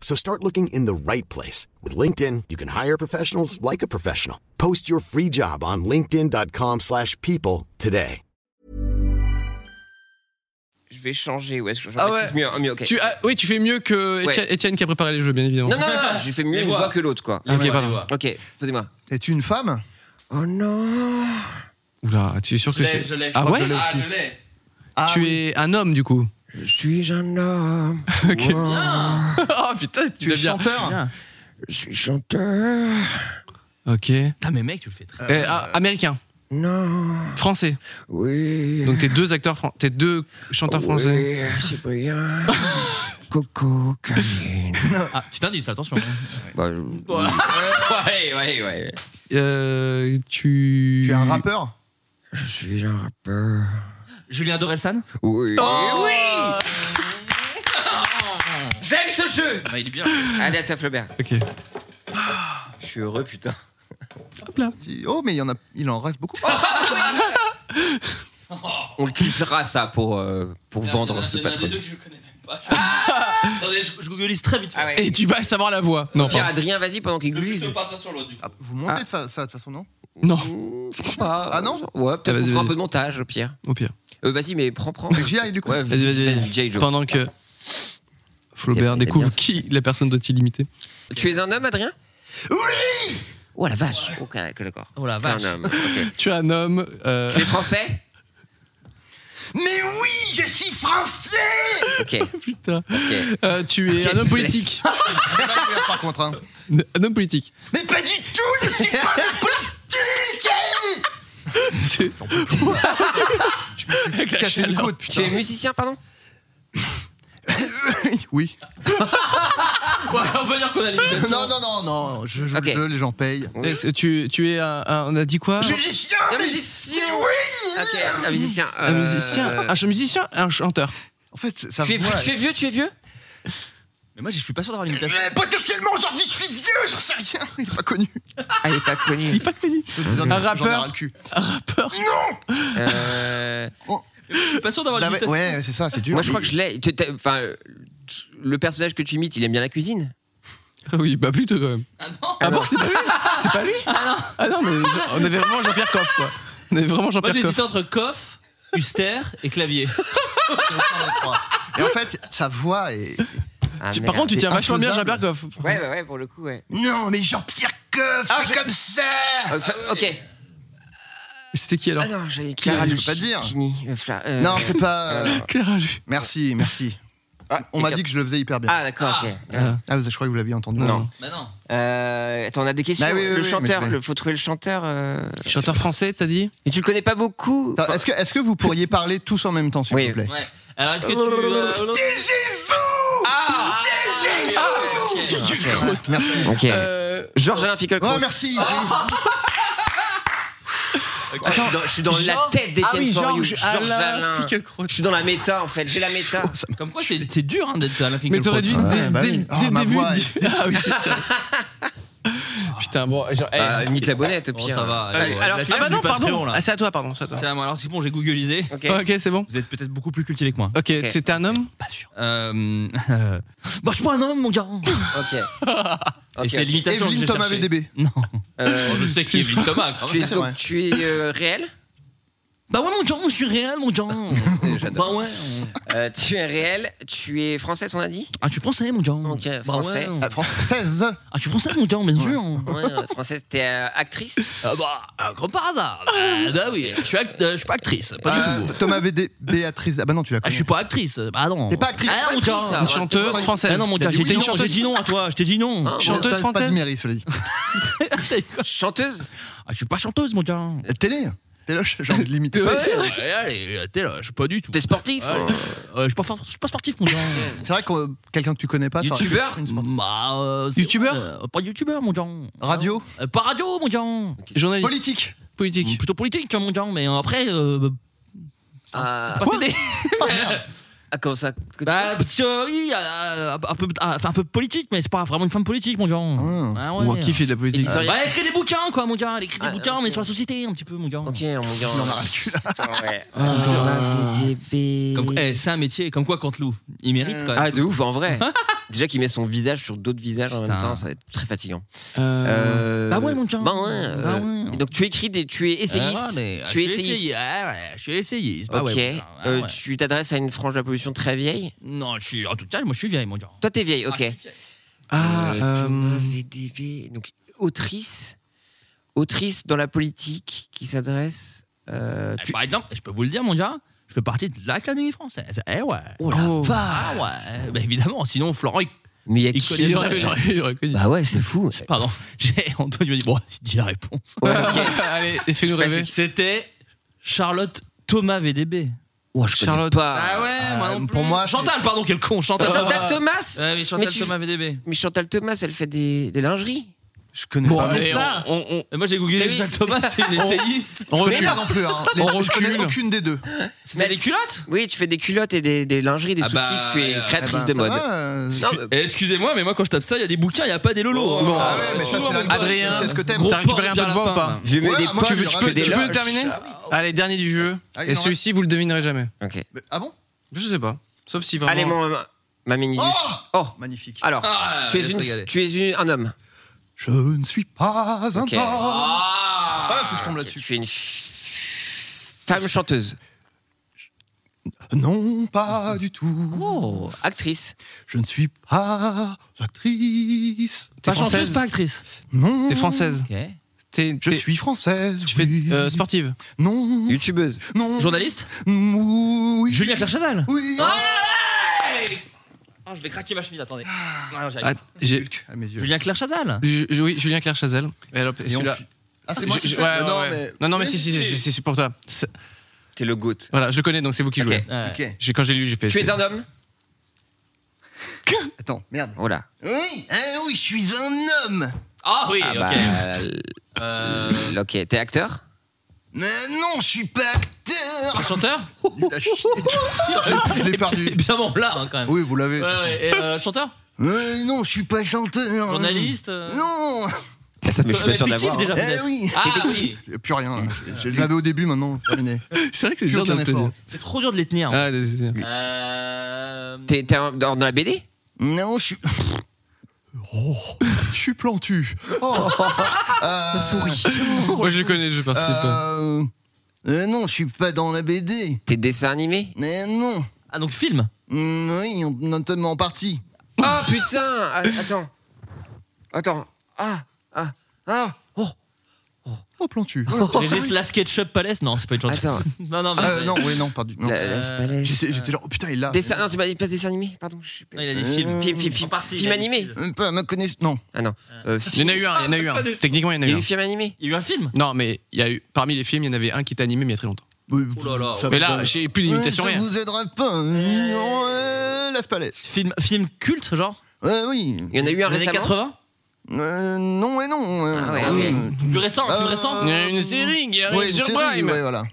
[SPEAKER 7] So start looking in the right place. With LinkedIn, you can hire professionals like a professional. Post your free job on linkedin.com/people slash people today.
[SPEAKER 3] Je vais changer. Ouais, je
[SPEAKER 2] Ah
[SPEAKER 3] ah
[SPEAKER 2] ouais.
[SPEAKER 3] mieux. ah, mieux, ok.
[SPEAKER 2] Tu, ah, oui, tu fais mieux que
[SPEAKER 3] Ouais.
[SPEAKER 2] Étienne Étienne qui a préparé les jeux, bien évidemment.
[SPEAKER 3] Non, non, non, j'ai fait mieux
[SPEAKER 5] Les
[SPEAKER 3] une
[SPEAKER 5] voix.
[SPEAKER 3] voix que l'autre quoi.
[SPEAKER 2] Ah, ok,
[SPEAKER 5] Ouais,
[SPEAKER 2] pardon.
[SPEAKER 5] ouais, ouais.
[SPEAKER 3] Ok, posez-moi.
[SPEAKER 4] Es-tu une femme
[SPEAKER 3] Oh non.
[SPEAKER 2] Oula, tu es sûr
[SPEAKER 5] Je
[SPEAKER 2] que c'est.
[SPEAKER 5] l'ai, je l'ai.
[SPEAKER 2] Ah ouais
[SPEAKER 5] Ah, je l'ai.
[SPEAKER 4] Ah
[SPEAKER 2] Tu es un homme du coup.
[SPEAKER 3] Je suis un homme. Wow.
[SPEAKER 2] oh putain,
[SPEAKER 4] Tu es chanteur
[SPEAKER 3] Je suis chanteur.
[SPEAKER 2] Ok. Euh,
[SPEAKER 5] Ah, mais mec, tu le fais très
[SPEAKER 2] ah, américain,
[SPEAKER 3] Non.
[SPEAKER 2] français.
[SPEAKER 3] Oui.
[SPEAKER 2] Donc t'es deux acteurs, fran- t'es deux chanteurs français.
[SPEAKER 3] Oui, c'est bien. Coco, Camille.
[SPEAKER 5] Ah, petit indice, fais attention.
[SPEAKER 3] Bah, je- ouais, ouais, ouais.
[SPEAKER 2] Euh, tu.
[SPEAKER 4] Tu es un rappeur
[SPEAKER 3] Je suis un rappeur.
[SPEAKER 5] Julien Dorelsan
[SPEAKER 3] Oui.
[SPEAKER 4] Oh
[SPEAKER 3] oui J'aime ce jeu
[SPEAKER 5] Bah, il est bien.
[SPEAKER 3] Allez, à toi, Flaubert.
[SPEAKER 2] Ok.
[SPEAKER 3] Je suis heureux, putain.
[SPEAKER 4] Dis- Oh, mais il, y en a... il en reste beaucoup.
[SPEAKER 2] Ah.
[SPEAKER 3] On le clipera, ça, pour, euh, pour vendre ce
[SPEAKER 5] Il y en a des deux
[SPEAKER 3] patron.
[SPEAKER 5] que je connais même pas. Attendez, je, je googleise très vite. fait.
[SPEAKER 3] Ah ouais.
[SPEAKER 2] Et tu vas savoir la voix. Non,
[SPEAKER 3] Pierre
[SPEAKER 2] pardon.
[SPEAKER 3] Adrien, vas-y, pendant qu'il
[SPEAKER 5] Je vais plutôt
[SPEAKER 3] glisse.
[SPEAKER 5] partir sur l'autre, du coup.
[SPEAKER 4] Ah, vous montez de fa- ça de toute façon, non
[SPEAKER 2] non,
[SPEAKER 3] Ah
[SPEAKER 4] non
[SPEAKER 3] Ouais,
[SPEAKER 2] Ah,
[SPEAKER 3] peut-être
[SPEAKER 2] vas-y,
[SPEAKER 3] qu'on fera un
[SPEAKER 2] vas-y.
[SPEAKER 3] peu de montage, Pierre.
[SPEAKER 2] au pire.
[SPEAKER 3] Euh, vas-y, mais prends, prends.
[SPEAKER 4] Le JI, du coup.
[SPEAKER 3] Ouais,
[SPEAKER 2] Vas-y, vas-y,
[SPEAKER 3] vas-y,
[SPEAKER 2] vas-y.
[SPEAKER 3] J. Joe.
[SPEAKER 2] Pendant que
[SPEAKER 3] Il
[SPEAKER 2] Flaubert
[SPEAKER 3] aime bien
[SPEAKER 2] découvre
[SPEAKER 3] ça.
[SPEAKER 2] qui la personne doit-il imiter.
[SPEAKER 3] Tu es un homme, Adrien Oui Oh la vache Ok, d'accord.
[SPEAKER 5] Oh, la
[SPEAKER 3] T'es un
[SPEAKER 5] vache.
[SPEAKER 3] homme, ok.
[SPEAKER 2] Tu es un homme. euh,
[SPEAKER 3] Tu es français
[SPEAKER 4] Mais oui, je suis français
[SPEAKER 3] Ok,
[SPEAKER 2] Putain.
[SPEAKER 3] ok.
[SPEAKER 2] Euh, tu es
[SPEAKER 3] Ok,
[SPEAKER 2] un homme
[SPEAKER 3] je
[SPEAKER 2] politique.
[SPEAKER 4] Je vais pas le dire, par contre. hein.
[SPEAKER 2] Un homme politique.
[SPEAKER 4] Mais pas du tout, je suis pas de politique
[SPEAKER 2] C'est- Avec la
[SPEAKER 4] Cacher le
[SPEAKER 2] chaleur.
[SPEAKER 4] coude,
[SPEAKER 3] Tu es
[SPEAKER 4] putain.
[SPEAKER 3] musicien, pardon
[SPEAKER 4] Oui.
[SPEAKER 5] Ouais, on va dire qu'on a l'imitation.
[SPEAKER 4] Non, non, non, non, je joue
[SPEAKER 3] Ok.
[SPEAKER 4] le jeu, les gens payent.
[SPEAKER 2] Est-ce que tu, tu es un, un- On a dit quoi
[SPEAKER 4] Musicien
[SPEAKER 3] Ah. Un musicien Ok, un musicien.
[SPEAKER 2] Un
[SPEAKER 3] euh,
[SPEAKER 2] musicien, Ah, un ch- musicien, un chanteur.
[SPEAKER 4] En fait, ça
[SPEAKER 3] Tu es, vieux, tu es vieux, tu es vieux
[SPEAKER 5] Mais moi, je suis pas sûr d'avoir l'imitation.
[SPEAKER 4] Mais Eh, Potentiellement, aujourd'hui, je suis vieux, j'en sais rien. Il est pas connu.
[SPEAKER 3] Ah, il est pas connu.
[SPEAKER 4] Un
[SPEAKER 2] rappeur.
[SPEAKER 3] Euh,
[SPEAKER 5] Je suis pas sûr d'avoir l'imitation.
[SPEAKER 4] Ouais, c'est ça, c'est dur.
[SPEAKER 3] moi, je crois que je l'ai. Tu- t'as- Enfin, euh, tu- le personnage que tu imites, il aime bien la cuisine.
[SPEAKER 2] Ah Oui, bah plutôt quand même.
[SPEAKER 5] Ah non
[SPEAKER 2] Ah bon, c'est pas lui C'est pas lui Ah non, mais on avait vraiment Jean-Pierre Coff, quoi. On avait vraiment
[SPEAKER 5] Moi,
[SPEAKER 2] Jean-Pierre Coff.
[SPEAKER 5] j'hésitais entre Koff, Huster et Clavier.
[SPEAKER 4] Aucun des trois. Et en fait, sa voix est.
[SPEAKER 3] Ah,
[SPEAKER 2] Tu-
[SPEAKER 3] merde.
[SPEAKER 2] Par contre, tu tiens vachement bien
[SPEAKER 4] infaisable.
[SPEAKER 2] Jean-Pierre Coff.
[SPEAKER 3] Ouais, ouais, ouais, pour le coup, ouais.
[SPEAKER 4] Non, mais Jean-Pierre Coff,
[SPEAKER 3] Ah,
[SPEAKER 4] c'est
[SPEAKER 3] je-
[SPEAKER 4] comme ça
[SPEAKER 3] Ah, Enfin, ok.
[SPEAKER 2] C'était qui alors
[SPEAKER 3] Ah non, j'avais Clara
[SPEAKER 4] je peux pas dire.
[SPEAKER 3] Luchini, euh, Fla- euh,
[SPEAKER 4] Non, c'est pas. euh,
[SPEAKER 2] Claire à lui.
[SPEAKER 4] Merci, merci.
[SPEAKER 3] ah,
[SPEAKER 4] On m'a dit que je le faisais hyper bien.
[SPEAKER 3] Ah, d'accord, ok.
[SPEAKER 2] Ah.
[SPEAKER 4] Ah, je crois que vous l'aviez entendu.
[SPEAKER 3] Non.
[SPEAKER 5] Bah non.
[SPEAKER 3] Euh, attends, on a des questions.
[SPEAKER 4] Bah oui, oui,
[SPEAKER 3] le
[SPEAKER 4] oui,
[SPEAKER 3] chanteur,
[SPEAKER 4] mais-
[SPEAKER 3] le, faut trouver le chanteur. euh,
[SPEAKER 2] Chanteur français, t'as dit
[SPEAKER 3] Et tu le connais pas beaucoup
[SPEAKER 4] Attends, Est-ce que, est-ce que vous pourriez parler tous en même temps, s'il
[SPEAKER 3] Oui.
[SPEAKER 4] vous plaît
[SPEAKER 5] Ouais. Alors, est-ce que tu. euh, Ah Taisez-vous
[SPEAKER 4] Merci.
[SPEAKER 3] Ok. Georges-Alain Ficocro.
[SPEAKER 4] Oh, Ah, merci. oui.
[SPEAKER 3] Attends, je suis dans, je suis dans la tête
[SPEAKER 5] Ah
[SPEAKER 3] d'Étienne For You. Ah Georges Alain. Je suis dans la méta en fait, j'ai la méta.
[SPEAKER 5] euh, Comme quoi, c'est c'est dur hein, d'être à la fin
[SPEAKER 2] Mais t'aurais dû
[SPEAKER 4] Ouais,
[SPEAKER 2] dès
[SPEAKER 4] bah
[SPEAKER 2] dès-
[SPEAKER 4] oui.
[SPEAKER 3] Oh,
[SPEAKER 2] dès
[SPEAKER 4] Ah,
[SPEAKER 2] le
[SPEAKER 4] ma
[SPEAKER 2] début.
[SPEAKER 4] voix,
[SPEAKER 2] dire- Ah oui, putain. Putain, bon. genre, eh,
[SPEAKER 3] Ah, Nique la bonnette,
[SPEAKER 5] Oh,
[SPEAKER 3] Pierre.
[SPEAKER 5] ça va.
[SPEAKER 3] Allez,
[SPEAKER 5] euh,
[SPEAKER 3] alors,
[SPEAKER 5] la
[SPEAKER 3] tu-
[SPEAKER 2] Ah
[SPEAKER 5] team
[SPEAKER 2] bah
[SPEAKER 5] du
[SPEAKER 2] non,
[SPEAKER 5] Patreon,
[SPEAKER 2] pardon.
[SPEAKER 5] là.
[SPEAKER 2] Ah, c'est à toi, pardon. c'est à toi.
[SPEAKER 5] C'est à moi. Alors, c'est bon, j'ai googlisé.
[SPEAKER 3] ok.
[SPEAKER 2] Ok, c'est bon.
[SPEAKER 5] Vous êtes peut-être beaucoup plus cultivé que moi.
[SPEAKER 2] Ok, c'était un homme
[SPEAKER 5] Pas sûr. Euh. euh, Bah, je suis pas un homme, mon gars.
[SPEAKER 3] Ok. Ok,
[SPEAKER 5] Et c'est
[SPEAKER 3] ok.
[SPEAKER 5] l'imitation que
[SPEAKER 4] Evelyne
[SPEAKER 5] j'ai
[SPEAKER 4] Thomas
[SPEAKER 5] cherchée.
[SPEAKER 4] VDB.
[SPEAKER 5] Non.
[SPEAKER 3] Euh,
[SPEAKER 5] je sais qui est Evelyne Thomas. quand
[SPEAKER 3] tu es,
[SPEAKER 5] même.
[SPEAKER 4] C'est
[SPEAKER 3] donc,
[SPEAKER 4] vrai.
[SPEAKER 3] tu es, euh, réel
[SPEAKER 5] Bah ouais, mon Jean, je suis réel, mon Jean. bah
[SPEAKER 3] J'adore.
[SPEAKER 5] ouais.
[SPEAKER 3] Euh, tu es réel, tu es française, on a dit
[SPEAKER 5] Ah, je suis français, mon Jean.
[SPEAKER 3] Ok,
[SPEAKER 5] Bah
[SPEAKER 3] français.
[SPEAKER 5] ouais.
[SPEAKER 4] Ah, Française
[SPEAKER 5] Ah, je suis française, mon Jean, bien sûr.
[SPEAKER 3] Ouais, euh, française, t'es euh, actrice
[SPEAKER 5] Ah bah, euh, comme par hasard. Bah, bah oui, je suis, act- euh, je suis pas actrice, pas
[SPEAKER 4] Ah,
[SPEAKER 5] du tout.
[SPEAKER 4] Thomas VD, Béatrice. Ah bah non, tu l'as
[SPEAKER 5] Ah, je suis
[SPEAKER 4] connu.
[SPEAKER 5] pas actrice. Bah non.
[SPEAKER 4] T'es pas actrice.
[SPEAKER 5] Ah non, mon Jean.
[SPEAKER 3] Actrice,
[SPEAKER 5] Ah,
[SPEAKER 3] ouais.
[SPEAKER 2] Chanteuse française.
[SPEAKER 5] non, mon Jean,
[SPEAKER 4] oui,
[SPEAKER 5] j'ai dit Hein
[SPEAKER 4] une
[SPEAKER 5] non, j'ai
[SPEAKER 4] chanteuse.
[SPEAKER 5] dit non à toi, je t'ai dit non.
[SPEAKER 3] Ah,
[SPEAKER 2] chanteuse
[SPEAKER 4] T'as Pas
[SPEAKER 2] française.
[SPEAKER 4] de mairie, cela dit.
[SPEAKER 3] Chanteuse
[SPEAKER 5] Ah, je suis pas chanteuse, mon Jean.
[SPEAKER 4] Télé Téloche, j'ai envie de limiter.
[SPEAKER 5] Ouais, allez, t'es là, je suis pas du tout.
[SPEAKER 3] T'es sportif
[SPEAKER 5] Ouais.
[SPEAKER 3] hein
[SPEAKER 5] Euh, je suis pas, for- je suis pas sportif, mon Jean.
[SPEAKER 4] C'est vrai que euh, quelqu'un que tu connais pas. ça aurait pu
[SPEAKER 3] Youtubeur
[SPEAKER 4] être une sportive.
[SPEAKER 5] Bah, euh, c'est-
[SPEAKER 2] Youtubeur
[SPEAKER 5] euh, Pas youtubeur, mon Jean.
[SPEAKER 4] Radio
[SPEAKER 5] Euh, pas radio, mon Jean.
[SPEAKER 2] Journaliste.
[SPEAKER 4] Politique
[SPEAKER 2] Politique.
[SPEAKER 5] Plutôt politique, hein, mon Jean, mais euh, après, euh,
[SPEAKER 3] Ah,
[SPEAKER 5] pas t'aider.
[SPEAKER 3] ah, comment ça
[SPEAKER 5] Bah, parce que euh, oui, euh, un, peu, ah, enfin, un peu politique, mais c'est pas vraiment une femme politique, mon Jean.
[SPEAKER 4] Ah.
[SPEAKER 5] Ah
[SPEAKER 2] Ou un qui fait de la politique.
[SPEAKER 3] Éditorial.
[SPEAKER 5] Bah, elle écrit des bouquins, quoi, mon gars. Elle écrit des
[SPEAKER 3] Ah,
[SPEAKER 5] bouquins,
[SPEAKER 3] ok.
[SPEAKER 5] mais sur la société, un petit peu, mon gars.
[SPEAKER 3] Ok, mon gars.
[SPEAKER 4] Il en a ras le cul. Ah.
[SPEAKER 3] Ouais.
[SPEAKER 5] Comme quoi- eh, c'est un métier, comme quoi Canteloup, il mérite quand même.
[SPEAKER 3] Ah, de ouf, en vrai. Déjà qu'il met son visage sur d'autres visages en même
[SPEAKER 5] Putain.
[SPEAKER 3] temps, ça va être très fatigant.
[SPEAKER 2] Euh,
[SPEAKER 3] Euh,
[SPEAKER 5] bah ouais, mon gars.
[SPEAKER 3] Bah ouais. euh,
[SPEAKER 5] Bah ouais.
[SPEAKER 3] et Donc tu écris des. Tu
[SPEAKER 5] Ah,
[SPEAKER 3] es essayiste. tu es essayiste.
[SPEAKER 5] je suis essayiste. Bah
[SPEAKER 3] Ok.
[SPEAKER 5] ouais, mon gars. Ah
[SPEAKER 3] Euh,
[SPEAKER 5] ouais.
[SPEAKER 3] Tu t'adresses à une frange de la population très vieille
[SPEAKER 5] Non, je suis. En tout cas, moi, je suis vieille, mon gars.
[SPEAKER 3] Toi, t'es vieille, ok.
[SPEAKER 5] Ah, je suis vieille.
[SPEAKER 2] ah,
[SPEAKER 3] Euh,
[SPEAKER 2] euh,
[SPEAKER 3] Thomas
[SPEAKER 5] hum.
[SPEAKER 3] VDV, donc autrice, autrice dans la politique qui s'adresse. euh,
[SPEAKER 5] Eh,
[SPEAKER 3] tu-
[SPEAKER 5] Par exemple, je peux vous le dire, mon gars, je fais partie de l'Académie française. Eh ouais.
[SPEAKER 3] Oh la
[SPEAKER 2] Oh.
[SPEAKER 5] Ah ouais. Bah évidemment, sinon, Florent, il,
[SPEAKER 3] Mais il y a
[SPEAKER 5] il
[SPEAKER 3] qui-
[SPEAKER 5] connaît.
[SPEAKER 2] il aurait- il aurait- il aurait connu.
[SPEAKER 3] Bah ouais, c'est fou.
[SPEAKER 5] Pardon, j'ai Antoine il m'a dit, bon, c'est dit la réponse.
[SPEAKER 2] Allez, fais-nous rêver.
[SPEAKER 5] C'était Charlotte Thomas VDB.
[SPEAKER 3] Ouah, Oh, je connais
[SPEAKER 2] Charlotte.
[SPEAKER 3] pas.
[SPEAKER 5] Ah ouais, moi non
[SPEAKER 4] euh,
[SPEAKER 5] plus.
[SPEAKER 4] pour moi, c'est-
[SPEAKER 5] Chantal, pardon, quel con, Chantal. Ah,
[SPEAKER 3] Chantal Thomas.
[SPEAKER 5] Ouais, oui, Chantal
[SPEAKER 3] Mais tu-
[SPEAKER 5] Thomas VDB.
[SPEAKER 3] Mais Chantal Thomas, elle fait des, des lingeries.
[SPEAKER 4] Je connais pas.
[SPEAKER 5] allez,
[SPEAKER 4] Mais
[SPEAKER 5] ça.
[SPEAKER 2] on- on-
[SPEAKER 5] Et moi j'ai googlé
[SPEAKER 3] Mais oui,
[SPEAKER 5] Chantal Thomas, c'est une essayiste.
[SPEAKER 2] on
[SPEAKER 4] Je connais
[SPEAKER 2] recule.
[SPEAKER 4] pas non plus. Hein. Les-
[SPEAKER 2] On
[SPEAKER 4] je connais
[SPEAKER 2] recule.
[SPEAKER 4] aucune des deux.
[SPEAKER 5] C'était des culottes
[SPEAKER 3] Oui, tu fais des culottes et des, des lingeries, des
[SPEAKER 5] Ah bah,
[SPEAKER 3] soutifs. Tu es
[SPEAKER 5] euh,
[SPEAKER 4] Eh
[SPEAKER 3] créatrice
[SPEAKER 4] ben,
[SPEAKER 3] de
[SPEAKER 4] ça
[SPEAKER 3] mode.
[SPEAKER 4] va, euh,
[SPEAKER 3] Non, euh,
[SPEAKER 5] Eh, Excusez-moi, mais moi quand je tape ça, il y a des bouquins, il n'y a pas des lolos. hein.
[SPEAKER 2] Bon.
[SPEAKER 4] Ah ouais, mais ça, c'est la
[SPEAKER 2] Adrien,
[SPEAKER 4] c'est ce que t'aimes.
[SPEAKER 5] Gros
[SPEAKER 2] T'as récupéré
[SPEAKER 5] porc,
[SPEAKER 2] un peu de
[SPEAKER 5] bien
[SPEAKER 2] voix ou pas
[SPEAKER 5] lapin.
[SPEAKER 3] Vieux
[SPEAKER 4] Ouais,
[SPEAKER 3] mais des
[SPEAKER 4] moi,
[SPEAKER 3] poches
[SPEAKER 4] je
[SPEAKER 3] que
[SPEAKER 4] rajoute-
[SPEAKER 3] des
[SPEAKER 2] Tu peux
[SPEAKER 3] loches.
[SPEAKER 2] terminer Allez, dernier du jeu.
[SPEAKER 4] Ah, il
[SPEAKER 2] Et
[SPEAKER 4] en
[SPEAKER 2] celui-ci, vous le devinerez jamais.
[SPEAKER 3] Ok.
[SPEAKER 4] Mais- Ah bon
[SPEAKER 2] Je sais pas. Sauf si vraiment.
[SPEAKER 3] Allez, mon ma, ma mini
[SPEAKER 4] Oh
[SPEAKER 3] Oh
[SPEAKER 4] Magnifique.
[SPEAKER 3] Alors,
[SPEAKER 5] Ah,
[SPEAKER 3] tu es
[SPEAKER 5] laisse
[SPEAKER 3] une,
[SPEAKER 5] régaler.
[SPEAKER 3] tu es une- un homme.
[SPEAKER 4] Je ne suis pas un
[SPEAKER 3] Ok.
[SPEAKER 4] homme. Ah, puis je tombe là-dessus.
[SPEAKER 3] Tu es une f- femme chanteuse,
[SPEAKER 4] Non, pas du tout.
[SPEAKER 3] actrice.
[SPEAKER 4] Je ne suis pas actrice.
[SPEAKER 2] T'es
[SPEAKER 5] Pas chanteuse,
[SPEAKER 2] française
[SPEAKER 5] pas actrice.
[SPEAKER 4] Non.
[SPEAKER 2] T'es française. T'es-
[SPEAKER 4] Je
[SPEAKER 2] t'es-
[SPEAKER 4] suis française.
[SPEAKER 2] Tu fais
[SPEAKER 4] oui.
[SPEAKER 2] euh, sportive.
[SPEAKER 4] Non.
[SPEAKER 3] Youtubeuse.
[SPEAKER 4] Non.
[SPEAKER 5] Journaliste
[SPEAKER 4] Oui.
[SPEAKER 5] Julien Claire Chantal
[SPEAKER 4] Oui.
[SPEAKER 5] Ah, je vais craquer ma chemise, attendez.
[SPEAKER 2] Ah, j'ai-
[SPEAKER 4] À mes yeux.
[SPEAKER 5] Julien Claire Chazal
[SPEAKER 2] Ju- Ju- oui, Julien Claire Chazelle. Et alors, celui-là-
[SPEAKER 4] Ah, c'est moi
[SPEAKER 2] Je-
[SPEAKER 4] qui
[SPEAKER 2] je-
[SPEAKER 4] fais.
[SPEAKER 2] ouais,
[SPEAKER 4] Mais
[SPEAKER 2] ouais,
[SPEAKER 4] non,
[SPEAKER 2] ouais.
[SPEAKER 4] mais.
[SPEAKER 2] non, non, mais si, si, si, si, c'est pour toi. C'est-
[SPEAKER 3] T'es le goat.
[SPEAKER 2] Voilà, je le connais, donc c'est vous qui
[SPEAKER 3] Ok.
[SPEAKER 2] jouez.
[SPEAKER 5] Ouais.
[SPEAKER 4] Ok.
[SPEAKER 2] J'ai- Quand j'ai lu, j'ai fait.
[SPEAKER 3] Tu es
[SPEAKER 2] c'est-
[SPEAKER 3] un homme.
[SPEAKER 4] Attends, merde.
[SPEAKER 3] Voilà.
[SPEAKER 4] Oui, ah oui, je suis un homme.
[SPEAKER 5] Ah oui,
[SPEAKER 3] Ah
[SPEAKER 5] ok.
[SPEAKER 3] bah, l-
[SPEAKER 5] Euh,
[SPEAKER 3] l- ok. T'es acteur.
[SPEAKER 4] Mais non, je suis pas acteur.
[SPEAKER 5] un chanteur
[SPEAKER 4] Nul à chier. Je l'ai perdu.
[SPEAKER 5] Bien bon, là, hein, quand même.
[SPEAKER 4] Oui, vous l'avez.
[SPEAKER 5] Ouais, ouais. Et euh, chanteur
[SPEAKER 4] Mais non, je suis pas chanteur.
[SPEAKER 5] Journaliste euh,
[SPEAKER 4] Non.
[SPEAKER 3] Attends, mais je suis pas
[SPEAKER 5] mais
[SPEAKER 3] sûr d'avoir.
[SPEAKER 5] fictif, Euh,
[SPEAKER 3] hein.
[SPEAKER 5] déjà.
[SPEAKER 4] Eh
[SPEAKER 5] peut-être.
[SPEAKER 4] oui.
[SPEAKER 5] Ah oui
[SPEAKER 4] J'ai Plus rien. J'ai- Je l'avais au début, maintenant. Terminé.
[SPEAKER 2] C'est vrai que c'est
[SPEAKER 4] Plus
[SPEAKER 2] dur de
[SPEAKER 4] aucun
[SPEAKER 2] le tenir.
[SPEAKER 4] effort.
[SPEAKER 5] C'est trop dur de les tenir. hein.
[SPEAKER 2] Ah, c'est- c'est-
[SPEAKER 5] Euh...
[SPEAKER 3] T'es t'es un- dans, dans la BD.
[SPEAKER 4] Non, je suis. Oh, je suis plantu. Oh. Euh,
[SPEAKER 2] Moi, je le connais, je participe.
[SPEAKER 4] euh, euh, non, je suis pas dans la BD.
[SPEAKER 3] T'es dessin animé.
[SPEAKER 4] Mais non.
[SPEAKER 5] Ah donc film
[SPEAKER 4] Mm, oui, en- notamment en partie.
[SPEAKER 3] Ah putain. Ah, Attends. Attends. Ah ah ah. Oh.
[SPEAKER 4] Oh, plantu.
[SPEAKER 5] la SketchUp Palace Non, c'est pas une chanson.
[SPEAKER 3] Attends.
[SPEAKER 5] non, non, mais...
[SPEAKER 4] Euh, non, oui, non, pardon. non.
[SPEAKER 3] La- la Spalaise.
[SPEAKER 4] J'étais j'étais genre, oh putain, il l'a.
[SPEAKER 3] Dessin. Non, tu m'as dit pas dessin animé. Pardon. je suis pas-
[SPEAKER 5] Non, il a dit film.
[SPEAKER 4] Euh,
[SPEAKER 3] Film, film, film,
[SPEAKER 5] En partie,
[SPEAKER 3] film
[SPEAKER 5] il a dit
[SPEAKER 3] animé.
[SPEAKER 5] film.
[SPEAKER 4] Euh, Pas à ma connaissance. Non.
[SPEAKER 3] Ah non. Euh, film.
[SPEAKER 2] Il y en a eu un, il y en a eu un. Techniquement, il y en a
[SPEAKER 3] Il y
[SPEAKER 2] eu
[SPEAKER 3] a eu
[SPEAKER 2] un.
[SPEAKER 3] film animé.
[SPEAKER 5] Il y a eu un film
[SPEAKER 2] Non, mais il y a eu, parmi les films, il y en avait un qui était animé, mais il y a très longtemps.
[SPEAKER 4] Oui,
[SPEAKER 5] Oh là là.
[SPEAKER 4] ça
[SPEAKER 2] Mais
[SPEAKER 4] va
[SPEAKER 2] là,
[SPEAKER 4] pas.
[SPEAKER 2] j'ai plus
[SPEAKER 4] Ouais,
[SPEAKER 2] d'imitation,
[SPEAKER 4] ça
[SPEAKER 2] rien.
[SPEAKER 4] vous aidera pas. Euh, Las Palais.
[SPEAKER 5] Film, film culte, genre
[SPEAKER 4] Euh, oui.
[SPEAKER 3] Il y en a eu un
[SPEAKER 5] Des années
[SPEAKER 3] récemment.
[SPEAKER 5] 80
[SPEAKER 4] Euh, non et non. euh,
[SPEAKER 3] Ah ouais,
[SPEAKER 4] euh,
[SPEAKER 5] Plus récent, plus
[SPEAKER 4] Euh,
[SPEAKER 5] récent
[SPEAKER 2] Il y a une série qui
[SPEAKER 4] ouais,
[SPEAKER 2] arrive
[SPEAKER 4] une
[SPEAKER 2] sur
[SPEAKER 4] série,
[SPEAKER 2] Prime.
[SPEAKER 4] ouais, voilà.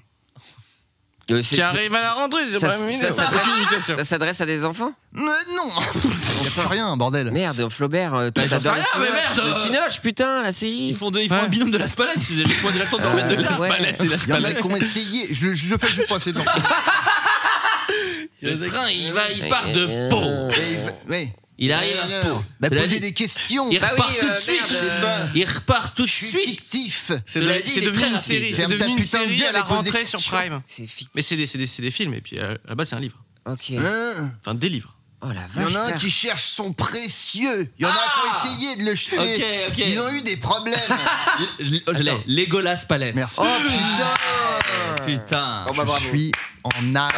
[SPEAKER 3] Euh, c'est-
[SPEAKER 2] Qui arrive à la rentrée sur
[SPEAKER 3] Ça-
[SPEAKER 2] Prime
[SPEAKER 3] ça-
[SPEAKER 2] Video.
[SPEAKER 3] ça-
[SPEAKER 2] Aucune imitation.
[SPEAKER 3] Ça s'adresse à des enfants
[SPEAKER 4] Mais non. Il y a plus rien, bordel.
[SPEAKER 3] Merde, Flaubert, euh, toi,
[SPEAKER 5] Bah, j'en sais
[SPEAKER 3] t'adores
[SPEAKER 5] rien,
[SPEAKER 3] le
[SPEAKER 5] mais
[SPEAKER 3] Cinoche.
[SPEAKER 5] merde,
[SPEAKER 3] Le
[SPEAKER 5] euh.
[SPEAKER 3] Cinoche, putain, la série
[SPEAKER 5] Ils font, de- ils font
[SPEAKER 2] Ouais.
[SPEAKER 5] un binôme de Las Palace Laisse-moi de la temps de remettre de
[SPEAKER 3] Euh,
[SPEAKER 5] Las
[SPEAKER 3] ouais.
[SPEAKER 5] Palace et Las
[SPEAKER 4] Il y en a
[SPEAKER 5] Palace
[SPEAKER 4] qui ont essayé. Je, je le fais juste pour essayer de leur
[SPEAKER 5] Le train, il va, il
[SPEAKER 3] Euh,
[SPEAKER 5] part de
[SPEAKER 3] euh,
[SPEAKER 5] Pau
[SPEAKER 4] Et il va- ouais.
[SPEAKER 5] Il arrive
[SPEAKER 4] Et
[SPEAKER 5] à
[SPEAKER 4] alors
[SPEAKER 5] Pau
[SPEAKER 4] Bah,
[SPEAKER 5] Là,
[SPEAKER 4] posez
[SPEAKER 5] il-
[SPEAKER 4] des questions.
[SPEAKER 5] Il
[SPEAKER 3] Bah oui,
[SPEAKER 5] repart
[SPEAKER 3] euh,
[SPEAKER 5] tout de suite
[SPEAKER 3] merde,
[SPEAKER 4] C'est pas-
[SPEAKER 2] Il repart tout de suite.
[SPEAKER 4] fictif.
[SPEAKER 2] C'est
[SPEAKER 4] Je
[SPEAKER 2] de-
[SPEAKER 4] l'ai dit,
[SPEAKER 2] c'est
[SPEAKER 4] il est
[SPEAKER 2] devenu
[SPEAKER 4] très
[SPEAKER 2] une
[SPEAKER 4] rapide.
[SPEAKER 2] série. C'est
[SPEAKER 4] Ferme ta
[SPEAKER 2] devenu une
[SPEAKER 4] putain de
[SPEAKER 2] série
[SPEAKER 4] gueule
[SPEAKER 2] à la
[SPEAKER 4] et pose des
[SPEAKER 2] rentrée sur
[SPEAKER 4] questions.
[SPEAKER 2] Prime. Mais c'est des, c'est des, c'est des films, et puis euh, là-bas, c'est un livre.
[SPEAKER 3] Ok.
[SPEAKER 4] Hein
[SPEAKER 2] Enfin, des livres.
[SPEAKER 3] Oh la
[SPEAKER 4] Il y en a un qui cherche son précieux. Il y en a qui ont essayé de le jeter.
[SPEAKER 5] Ok, ok. Ah,
[SPEAKER 4] Ils ont eu des problèmes.
[SPEAKER 5] Je, oh, je l'ai. Legolas Palace. Merci.
[SPEAKER 3] Oh putain
[SPEAKER 5] Putain.
[SPEAKER 3] Oh bah
[SPEAKER 4] Je
[SPEAKER 3] bravo.
[SPEAKER 4] suis en âge.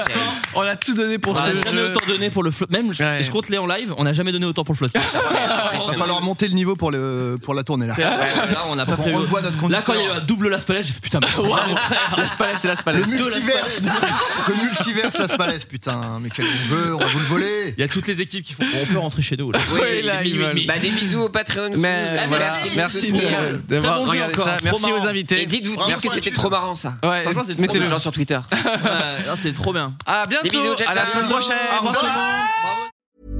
[SPEAKER 2] On a tout donné pour
[SPEAKER 5] On
[SPEAKER 2] ce
[SPEAKER 5] n'a jamais
[SPEAKER 2] jeu.
[SPEAKER 5] autant donné pour le float. Même, je,
[SPEAKER 2] Ouais.
[SPEAKER 5] je compte les en live, on n'a jamais donné autant pour le float. Ah,
[SPEAKER 4] Il va falloir monter le niveau pour, le, pour la tournée là.
[SPEAKER 5] là, on n'a pas
[SPEAKER 4] On
[SPEAKER 5] prévu.
[SPEAKER 4] revoit notre
[SPEAKER 5] Là,
[SPEAKER 4] conducteur.
[SPEAKER 5] quand il y a eu un double Las Palais, j'ai fait putain, mais c'est vraiment frère.
[SPEAKER 2] Las Palais, c'est Las Palais.
[SPEAKER 4] Le multiverse. le multiverse Las Palais, putain. Mais quel bon jeu, on va vous le voler.
[SPEAKER 5] Il y a toutes les équipes qui font. On peut rentrer chez nous. Là.
[SPEAKER 3] Oui,
[SPEAKER 2] Ouais, là,
[SPEAKER 3] des,
[SPEAKER 2] ils veulent.
[SPEAKER 3] bisous, bah, des bisous au Patreon.
[SPEAKER 2] Mais euh,
[SPEAKER 3] Ah,
[SPEAKER 2] voilà,
[SPEAKER 3] merci,
[SPEAKER 2] merci,
[SPEAKER 3] c'est trop
[SPEAKER 2] de-
[SPEAKER 3] bien.
[SPEAKER 2] d'avoir
[SPEAKER 5] Très bon jeu
[SPEAKER 2] regardé
[SPEAKER 5] encore,
[SPEAKER 2] ça.
[SPEAKER 5] trop
[SPEAKER 2] Merci
[SPEAKER 5] marrant.
[SPEAKER 2] aux invités.
[SPEAKER 3] Et dites-vous
[SPEAKER 4] Bravo,
[SPEAKER 3] dites que c'était
[SPEAKER 4] Mathieu.
[SPEAKER 3] trop marrant ça.
[SPEAKER 2] Ouais,
[SPEAKER 3] Franchement, c'est
[SPEAKER 2] mettez-le.
[SPEAKER 3] trop genre sur Twitter.
[SPEAKER 5] Ouais, non, c'est trop bien.
[SPEAKER 2] À bientôt,
[SPEAKER 3] bisous, ciao,
[SPEAKER 2] à la
[SPEAKER 3] ciao.
[SPEAKER 2] semaine prochaine.
[SPEAKER 3] Au revoir tout le monde.